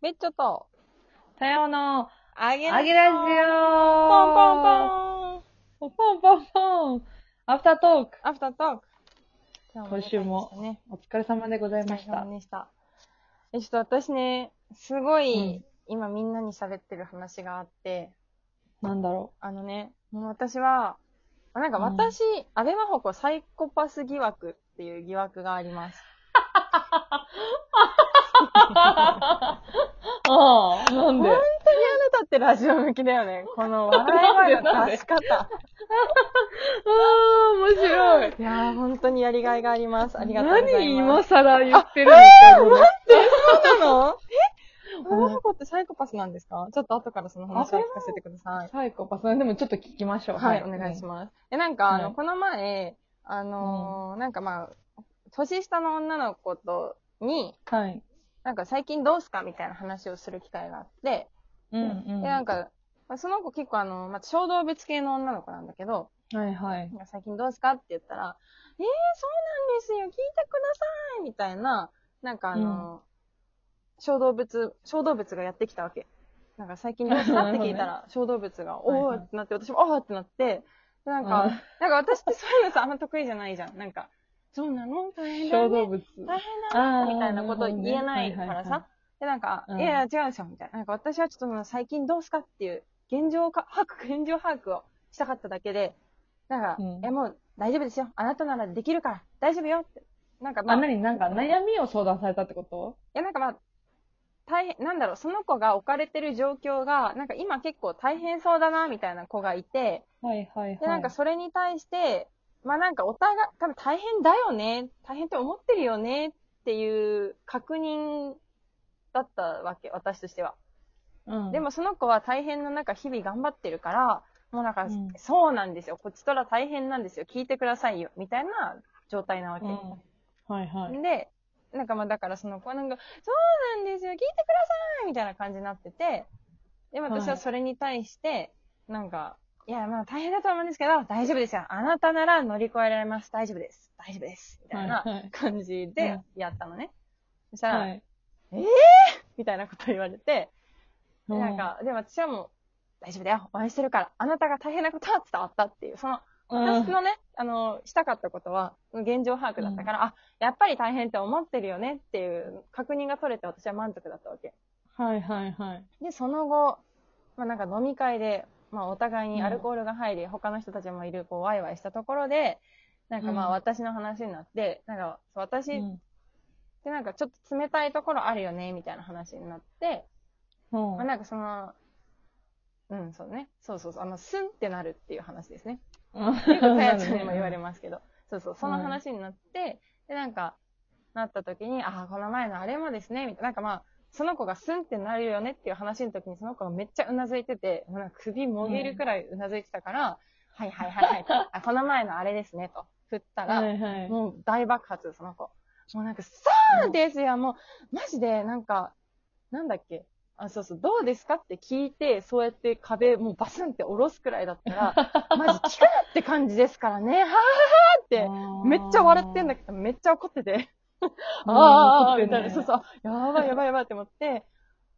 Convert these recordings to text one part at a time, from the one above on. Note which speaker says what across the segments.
Speaker 1: めっちゃと、
Speaker 2: さようの、
Speaker 1: あげ
Speaker 2: あげラジオ
Speaker 1: ポンポンポン
Speaker 2: ンポンポンポンポンアフタートーク
Speaker 1: アフタートーク。
Speaker 2: 今週も
Speaker 1: ね、
Speaker 2: お疲れ様でござい
Speaker 1: お疲
Speaker 2: ま
Speaker 1: れ
Speaker 2: した
Speaker 1: 様。でした。え、ちょっと私ね、すごい、
Speaker 2: うん
Speaker 1: 今みんなに喋ってる話があって、
Speaker 2: なんだろ
Speaker 1: あのね、もう私は、あなんか
Speaker 2: うん
Speaker 1: 私、安倍真帆子サイコパス疑惑っていう疑惑があります。
Speaker 2: う。 ああ、なんで
Speaker 1: 本当にあなたってラジオ向きだよね。この笑い声の出し方。
Speaker 2: 面白い。
Speaker 1: いやー、本当にやりがいがあります。ありがとうございます。
Speaker 2: 何今更言ってるんですか
Speaker 1: そ
Speaker 2: 待
Speaker 1: うなのえ
Speaker 2: うん
Speaker 1: 女の子ってサイコパスなんですかちょっと後からその話を聞かせてください。
Speaker 2: サイコパス。でもちょっと聞きましょう。
Speaker 1: はい、お願いし
Speaker 2: ま
Speaker 1: ます。え、なんか、あ
Speaker 2: は
Speaker 1: の、
Speaker 2: い
Speaker 1: この前、あのー、なんかまあ、年下の女の子と、に、
Speaker 2: す。はい。
Speaker 1: なんか最近どうすかみたいな話をする機会があって、
Speaker 2: うんうん。
Speaker 1: で、なんか、まあその子結構あの、まあ、小動物系の女の子なんだけど、
Speaker 2: はいはい。
Speaker 1: なんか最近どうすかって言ったら、えー、そうなんですよ、聞いてくださいみたいな、なんかあの、小動物、小動物がやってきたわけ。なんか最近どうすかって聞いたら、小動物が、
Speaker 2: はい
Speaker 1: お
Speaker 2: はい
Speaker 1: ーってなって、私もおーってなって、でなんか、なんか私ってそういうのさ、あんま得意じゃないじゃん。なんか、そうなの大変だ
Speaker 2: 小動
Speaker 1: ね。
Speaker 2: 物。
Speaker 1: 大変
Speaker 2: あ
Speaker 1: だ
Speaker 2: ー
Speaker 1: ね。みたいなこと言えないか
Speaker 2: な
Speaker 1: ら
Speaker 2: るほどねはいはいはい
Speaker 1: さ。で、なんか、
Speaker 2: うん
Speaker 1: いやいや違うんですよ、みたいな。なんか私はちょっとその最近どうすかっていう、現状か、把握、現状把握をしたかっただけで、なんか、
Speaker 2: うん
Speaker 1: え、もう大丈夫ですよ。あなたならできるから、大丈夫よって。なんかま
Speaker 2: あ、
Speaker 1: あ、
Speaker 2: ないになんか悩みを相談されたってこと
Speaker 1: やなんかまあ、大変、なんだろう、その子が置かれてる状況が、なんか今結構大変そうだな、みたいな子がいて、
Speaker 2: はいはいはい。
Speaker 1: で、なんかそれに対して、まあなんかお互い、多分大変だよね、大変って思ってるよねっていう確認だったわけ、私としては。
Speaker 2: うん
Speaker 1: でもその子は大変の中日々頑張ってるから、もうなんか、
Speaker 2: うん
Speaker 1: そうなんですよ、こっちとら大変なんですよ、聞いてくださいよ、みたいな状態なわけ。
Speaker 2: うん。はいはい。
Speaker 1: で、なんかまあだからその子はなんか、そうなんですよ、聞いてくださいみたいな感じになってて、でも私
Speaker 2: は
Speaker 1: はいそれに対して、なんか、いや、まあ大変だと思うんですけど、大丈夫ですよ。あなたなら乗り越えられます。大丈夫です。大丈夫です。みたいな
Speaker 2: はいはい
Speaker 1: 感じでやったのね。そしたら、
Speaker 2: はい。
Speaker 1: みたいなこと言われて、でなんか、でも私はもう、大丈夫だよ。応援してるから。あなたが大変なことは伝わったっていう、その、
Speaker 2: うん、
Speaker 1: 私のね、あの、したかったことは、現状把握だったから、あ、やっぱり大変って思ってるよねっていう確認が取れて私は満足だったわけ。
Speaker 2: はいはいはい。
Speaker 1: で、その後、まあなんか飲み会で、まあお互いにアルコールが入り、他の人たちもいる、こうワイワイしたところで、なんかまあ
Speaker 2: うん
Speaker 1: 私の話になって、なんかそう私っ
Speaker 2: うん
Speaker 1: てなんかちょっと冷たいところあるよね、みたいな話になって、
Speaker 2: うん
Speaker 1: まあなんかその、うん、そうね。そうそうそう。あの、スンってなるっていう話ですね。 よくさやちゃんにも言われますけど、そうそう、その話になって、で、なんか、なった時に、ああ、この前のあれもですね、みたいな、なんかまあ、その子がスンってなるよねっていう話の時に、その子がめっちゃうなずいてて、もうなんか首もげるくらいうなずいてたから、はいはいはいはい、あこの前のあれですね、と振ったら、
Speaker 2: はいはい。
Speaker 1: もう大爆発、その子。もうなんか、そうですよ、もう、マジで、なんか、なんだっけ、あ、そうそう、どうですかって聞いて、そうやって壁、もうバスンって下ろすくらいだった ら、マジ、聞かなって感じですからね、はぁはぁはぁって、めっちゃ笑ってんだ
Speaker 2: け
Speaker 1: けど、めっちゃ怒ってて、
Speaker 2: う
Speaker 1: あ
Speaker 2: ん
Speaker 1: ーあー、
Speaker 2: 怒って
Speaker 1: み
Speaker 2: んだ
Speaker 1: た
Speaker 2: よ
Speaker 1: いな、そうそう、やばいやばいやばいって思って、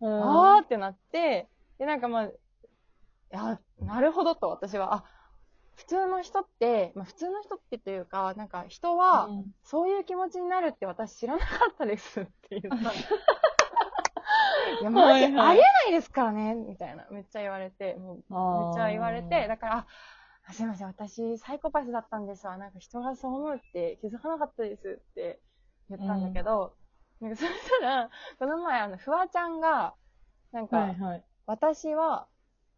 Speaker 2: ど。
Speaker 1: あーってなって、で、なんかまあ、いや、なるほどと私は、あ、普通の人って、まあ普通の人ってというか、なんか人は、
Speaker 2: うん
Speaker 1: そういう気持ちになるって私知らなかったですって言ったの。 いや、マジ、
Speaker 2: はいはい
Speaker 1: ありえないですからね、みたいな。めっちゃ言われて、もう、めっちゃ言われて、、だから、あ、すいません、私、サイコパスだったんですわ。なんか人がそう思うって気づかなかったですって言ったんだけど、なんかそしたら、この前、あの、フワちゃんが、なん
Speaker 2: あ
Speaker 1: か、
Speaker 2: ーはいはい。
Speaker 1: 私は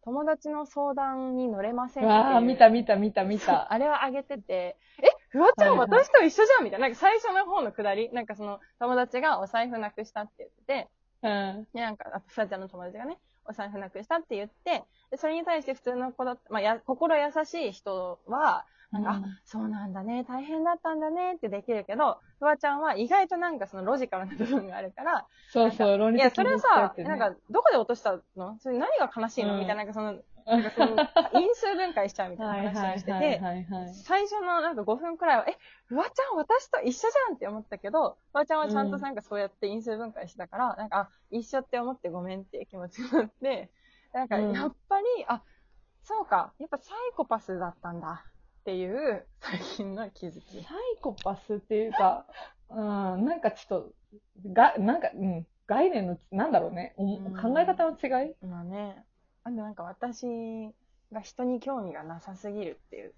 Speaker 1: 友達の相談に乗れません
Speaker 2: う
Speaker 1: って
Speaker 2: わあ、
Speaker 1: いう
Speaker 2: 見た見た見た見
Speaker 1: そう
Speaker 2: た。
Speaker 1: あれはあげてて、え、フワちゃん
Speaker 2: はいはい
Speaker 1: 私と一緒じゃんみたいな。なんか最初の方のくだり、なんかその友達がお財布なくしたって言ってて、
Speaker 2: うん。
Speaker 1: で なんか、あフワちゃんの友達がね、お財布なくしたって言って、でそれに対して普通の子だった、まあや、心優しい人は、なんか、
Speaker 2: うん
Speaker 1: あそうなんだね、大変だったんだねってできるけど、フワちゃんは意外となんかそのロジカルな部分があるから、
Speaker 2: そうそう、論
Speaker 1: い
Speaker 2: 理
Speaker 1: や、
Speaker 2: 的
Speaker 1: そ
Speaker 2: に
Speaker 1: れ
Speaker 2: 言
Speaker 1: は
Speaker 2: っちゃうっ
Speaker 1: さ、
Speaker 2: てね
Speaker 1: なんか、どこで落としたのそれ何が悲しいの、
Speaker 2: うん
Speaker 1: みたいな、なんかその、なんかそ の、因数分解しちゃうみたいな話をしてて、
Speaker 2: はいはい。
Speaker 1: 最初のなんか5分くらいは、え、フワちゃん私と一緒じゃんって思ったけど、フワちゃんはちゃんとなんかそうやって因数分解してたから、なんか、あ、一緒って思ってごめんっていう気持ちになって、 なんか
Speaker 2: うん
Speaker 1: やっぱり、あ、そうか、やっぱサイコパスだったんだっていう最近の気づき。
Speaker 2: サイコパスっていうか、うん、なんかちょっと、が、なんか、うん、概念の、なんだろうね、お
Speaker 1: うん
Speaker 2: 考え方の違い
Speaker 1: まあね、あとなんか私が人に興味がなさすぎるっていう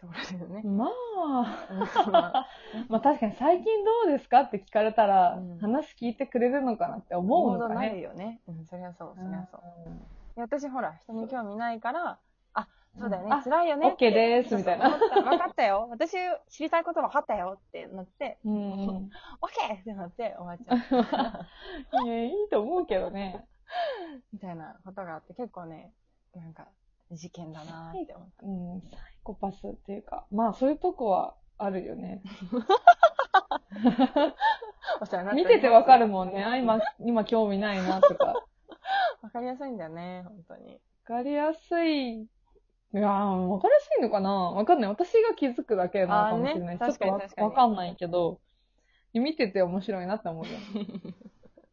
Speaker 1: ところですよね。
Speaker 2: まあ、
Speaker 1: ま
Speaker 2: まあ確かに最近どうですかって聞かれたら、
Speaker 1: うん
Speaker 2: 話聞いてくれるのかなって 思
Speaker 1: モ
Speaker 2: う
Speaker 1: ード
Speaker 2: のか
Speaker 1: な
Speaker 2: ね。
Speaker 1: るよね。うん、そりゃそう、そりゃそう。
Speaker 2: うん
Speaker 1: で私ほら、人に興味ないから、あ、そうだよね
Speaker 2: うんあ、
Speaker 1: 辛いよねって。
Speaker 2: OK ですみたいな
Speaker 1: そうそう。分かったよ。私、知りたいこと分かったよってなって、
Speaker 2: うんうん。
Speaker 1: OK! ってなって終わっちゃう。
Speaker 2: いやいいと思うけどね。
Speaker 1: みたいなことがあって、結構ね、なんか、事件だなーって思っ
Speaker 2: うん、サイコパスっていうか、まあそういうとこはあるよね。
Speaker 1: たお世話になっており
Speaker 2: 見
Speaker 1: ます。
Speaker 2: ててわかるもんね。あ、今、今興味ないなとか。わ
Speaker 1: わかりやすいんだよね、本当に。
Speaker 2: かりやすい。いやー、わかりやすいのかなわかんない。私が気づくだけなのかもしれない。
Speaker 1: あーね
Speaker 2: ちょっと
Speaker 1: 確
Speaker 2: わ
Speaker 1: かに確かに
Speaker 2: わかんないけど、見てて面白いなっ て思うよ。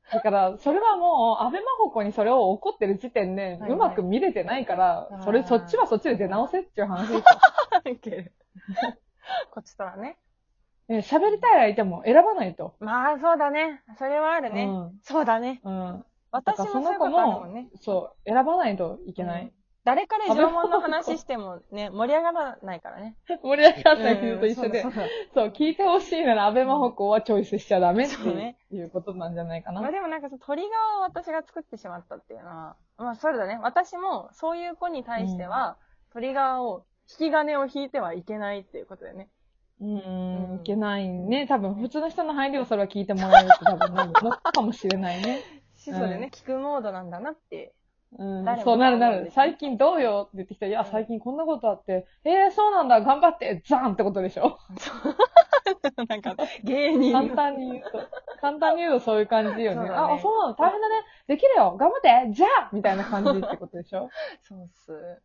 Speaker 2: だから、それはもう、安倍真帆子にそれを怒ってる時点で
Speaker 1: い、はいう
Speaker 2: まく見れてないから、
Speaker 1: あー
Speaker 2: それ、そっちはそっちで出直せっていう話 ですよ。
Speaker 1: いける。こっちとはね。
Speaker 2: ね喋りたい相手も選ばないと。
Speaker 1: まあ、そうだね。それはあるね。
Speaker 2: うん
Speaker 1: そうだね。
Speaker 2: うん。
Speaker 1: 私もそういうことあるもんね。
Speaker 2: そう、選ばないといけな
Speaker 1: うん
Speaker 2: い。
Speaker 1: 誰から縄文の話してもね、盛り上がらないからね。
Speaker 2: 盛り上 がった人と一緒で
Speaker 1: うん。そうだそう
Speaker 2: そう、聞いてほしいなら、安倍真帆子はチョイスしちゃダメっ
Speaker 1: そうね
Speaker 2: ていうことなんじゃないか
Speaker 1: だ
Speaker 2: な。
Speaker 1: まあでもなんかそのトリガーを私が作ってしまったっていうのは、まあそうだね。私もそういう子に対しては、トリガーを、引き金を引いてはいけないっていうことだよね。
Speaker 2: うー、
Speaker 1: うんん
Speaker 2: いけないね。多分、普通の人の配慮をそれは聞いてもらえると多分なるのかもしれない ね。
Speaker 1: そうだよね。聞くモードなんだな って。
Speaker 2: うん
Speaker 1: 誰も、
Speaker 2: そうなるな
Speaker 1: そうで
Speaker 2: る。
Speaker 1: すね
Speaker 2: 最近どうよって言ってきたら、いや
Speaker 1: うん、
Speaker 2: 最近こんなことあって、えー、そうなんだ、頑張って、ザーンってことでし ょ。
Speaker 1: なんか、 芸人
Speaker 2: 簡単に言うと。簡単に言うとそういう感じよ
Speaker 1: そう
Speaker 2: ね。
Speaker 1: だね
Speaker 2: あ、そうなの、大変だね。できるよ、頑張って、じゃあみたいな感じってことでし ょ。
Speaker 1: そうっす。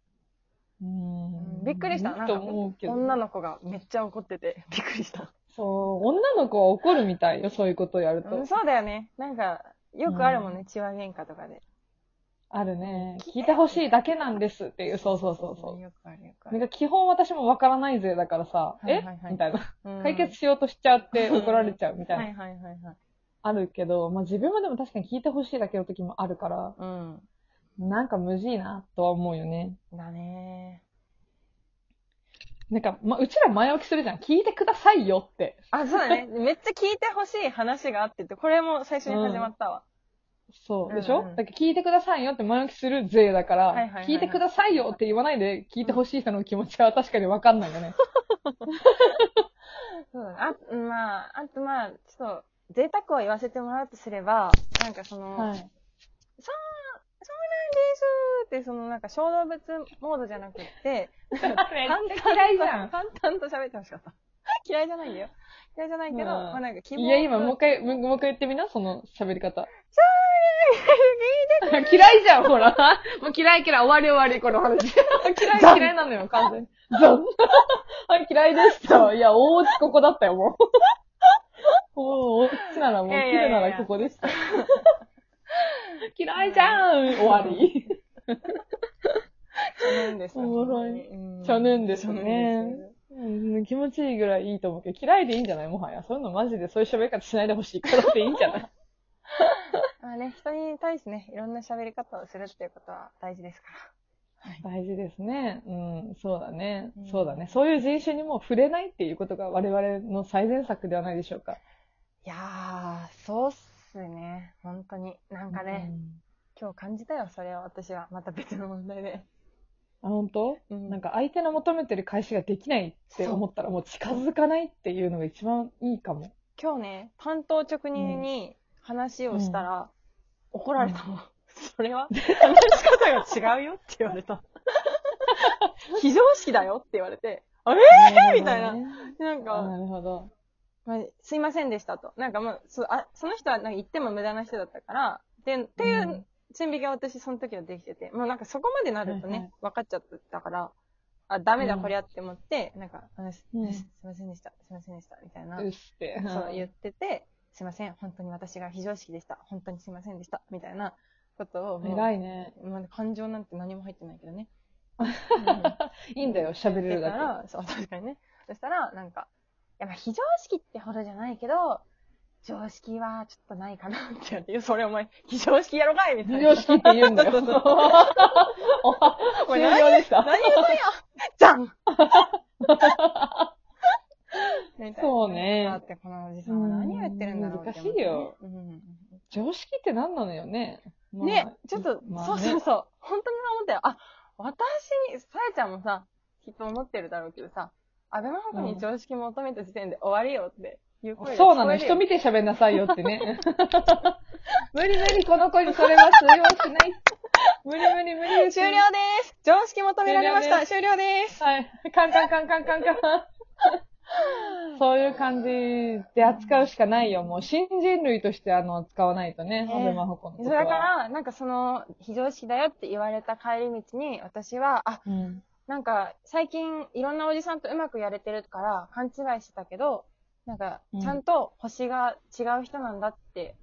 Speaker 2: うん
Speaker 1: びっくりした。なん
Speaker 2: と
Speaker 1: か
Speaker 2: 思うけど。
Speaker 1: 女の子がめっちゃ怒って て、びっくりした。
Speaker 2: そう、女の子は怒るみたいよ、そういうことをやると。
Speaker 1: うん、そうだよね。なんか、よくあるもんね、チワ喧嘩とかで。
Speaker 2: あるね。聞いてほしいだけなんですっていう、そうそうそうそう。
Speaker 1: よくあるよくあ
Speaker 2: なん
Speaker 1: る。
Speaker 2: か基本私もわからないぜだからさ、
Speaker 1: はいはいはい
Speaker 2: えみたいな。
Speaker 1: うん
Speaker 2: 解決しようとしちゃって怒られちゃうみたいな。
Speaker 1: はいはいはいはい。
Speaker 2: あるけど、まあ自分はでも確かに聞いてほしいだけの時もあるから、
Speaker 1: うん。
Speaker 2: なんか無事いなとは思うよね。
Speaker 1: だね
Speaker 2: なんか、まあうちら前置きするじゃん。聞いてくださいよって。
Speaker 1: ー。あ、そうだね。めっちゃ聞いてほしい話があってて、これも最初に始まったわ。
Speaker 2: そう。でしょ、
Speaker 1: うんうん
Speaker 2: だから聞いてくださいよって前置きするぜだから、
Speaker 1: いはいはいはい
Speaker 2: 聞いてくださいよって言わないで聞いてほしい人の気持ちは確かにわかんないよね。
Speaker 1: そうだね。あ、まあ、あとまあ、ちょっと、贅沢を言わせてもらうとすれば、なんかその、
Speaker 2: は
Speaker 1: そうなんで
Speaker 2: い。
Speaker 1: すって、そのなんか小動物モードじゃなくって、
Speaker 2: め
Speaker 1: 簡単
Speaker 2: 嫌いじゃん。
Speaker 1: 淡々と喋ってほしかった。 嫌いじゃないんだよ。嫌いじゃないけど、
Speaker 2: うん
Speaker 1: まあなんか希望
Speaker 2: いや、今、
Speaker 1: と
Speaker 2: もう一回、もうもう一回言ってみな、その喋り方。
Speaker 1: 聞
Speaker 2: 嫌いじゃん、ほら。もう嫌い嫌い、終わり終わり、この話。 嫌い嫌いなのよ、完全に。ザ ンはい、嫌いでした。いや、大落ちここだったよ、もう。 おー、大落ちならもう、
Speaker 1: いやい
Speaker 2: 切
Speaker 1: やいや
Speaker 2: るならここで した。嫌いじゃん、終わ り。
Speaker 1: チャヌンです。
Speaker 2: おもろい
Speaker 1: うん。
Speaker 2: チャヌンですね
Speaker 1: チャヌンです。
Speaker 2: うん気持ちいいぐらいいいと思うけど、嫌いでいいんじゃないもはや。そういうのマジで、そういう喋り方しないでほしいからっていいんじゃない
Speaker 1: まあね、人に対してね、いろんな喋り方をするっていうことは大事ですか
Speaker 2: 大事ですね。うん、そうだね、
Speaker 1: うん
Speaker 2: そうだね。そういう人種にもう触れないっていうことが我々の最善策ではないでしょうか。
Speaker 1: ら。いやー、そうっすね。本当に。なんかね、今日感じたよ、それは私は。また別の問題で。
Speaker 2: うん。あ、本当？
Speaker 1: うん
Speaker 2: なんか相手の求めてる返しができないって思ったらもう近づかないっていうのが一番いいかも。
Speaker 1: 今日ね、担当直入に話をしたら、怒られたもん。 それは話し方が違うよって言われた。非常識だよって言われて、あれ
Speaker 2: え
Speaker 1: みたいななんか、
Speaker 2: なるほど。
Speaker 1: まあ、すいませんでしたと。なんかもう、そうあその人はなんか言っても無駄な人だったから、で、っていう線引きは私その時はできてて、もうなんかそこまでなると
Speaker 2: はいは
Speaker 1: ね、分かっちゃったから、あ、ダメだ
Speaker 2: うん
Speaker 1: こりゃって思って、なんか、あのす
Speaker 2: うん
Speaker 1: すいませんでした、すいませんでした、みたいな、
Speaker 2: うっすって。
Speaker 1: そう言
Speaker 2: う
Speaker 1: っ。てて、すいません、本当に私が非常識でした、本当にすいませんでした、みたいなことを、もう
Speaker 2: 偉いね。
Speaker 1: まあ、感情なんて何も入ってないけど ね。
Speaker 2: いいんだよ、喋れる
Speaker 1: だ
Speaker 2: だ
Speaker 1: か
Speaker 2: け。
Speaker 1: ら、そう、確かにね。そしたら、なんか、いや、まあ、非常識ってほどじゃないけど、常識はちょっとないかなって言われていや、それお前、非常識やろかいみたいな。
Speaker 2: 常識って言うんだよ。
Speaker 1: そう そうそう
Speaker 2: 終了でした。
Speaker 1: 何言うてんやじ ゃんみたいな
Speaker 2: そうね
Speaker 1: だってこのおじさんは何を言ってるんだろうって思ってね
Speaker 2: うん難しいよ。
Speaker 1: うん
Speaker 2: 常識って何なのよね。まあ
Speaker 1: ね、ちょっと、
Speaker 2: まあ
Speaker 1: そう
Speaker 2: ね
Speaker 1: そうそう。本当にそう思ったよ。あ、私に、さやちゃんもさ、きっと思ってるだろうけどさ、安倍真帆子に常識求めた時点で終わりよっていう声が聞こ
Speaker 2: そ
Speaker 1: え
Speaker 2: う
Speaker 1: るよ
Speaker 2: なの、人見て喋んなさいよっ てね。無理無理、この子にそれは通用しない。無理無理無 理。
Speaker 1: 終了です常識求められました終了です
Speaker 2: はい。カンカンカンカンカンカン。そういう感じで扱うしかないよ。もう新人類としてあの、扱わないとね、
Speaker 1: ね
Speaker 2: 安倍真帆子のこ
Speaker 1: そ
Speaker 2: と
Speaker 1: う
Speaker 2: は。
Speaker 1: だか、ら、なんかその、非常識だよって言われた帰り道に、私は、あ、
Speaker 2: うん。
Speaker 1: なんか、最近、いろんなおじさんとうまくやれてるから、勘違いしてたけど、なんか
Speaker 2: う、ん
Speaker 1: ちゃんと星が違う人なんだって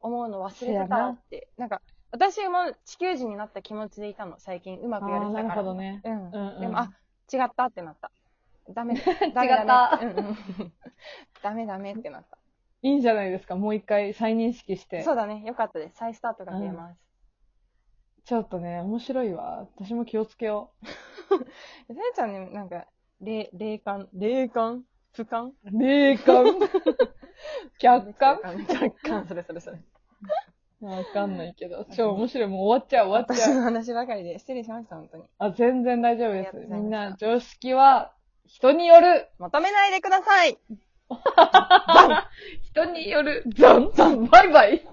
Speaker 1: 思うの忘れてたって。なんか、私も地球人になった気持ちでいたの、最近。うま
Speaker 2: あ
Speaker 1: くやれ
Speaker 2: ー
Speaker 1: てた
Speaker 2: なる
Speaker 1: か
Speaker 2: ほ
Speaker 1: ら。
Speaker 2: どね。
Speaker 1: うん。
Speaker 2: うんうん
Speaker 1: でも、あ、違ったってなった。ダ メ、ダメダメ。うん うん、ダメダメってなっ。
Speaker 2: いいんじゃないですか。もう一回再認識したて。
Speaker 1: そうだね。よかったです。再スタートが増えます。
Speaker 2: ちょっとね、面白いわ。私も気をつけよ
Speaker 1: さやちゃんね、なんか、霊、霊感、霊感俯 瞰
Speaker 2: う。霊感。客観
Speaker 1: 客 観、それそれそれ。
Speaker 2: わかんないけど。超面白い。もう終わっちゃう、終わっち
Speaker 1: 私
Speaker 2: ゃう。
Speaker 1: の話ばかりで、失礼しました、本当に。
Speaker 2: あ、全然大丈夫で
Speaker 1: ありがとう
Speaker 2: す。
Speaker 1: ござ
Speaker 2: み
Speaker 1: いま
Speaker 2: ん
Speaker 1: した
Speaker 2: な、常識は、人によ る。
Speaker 1: 求めないでください
Speaker 2: 人による。ザンザン、バイバイ。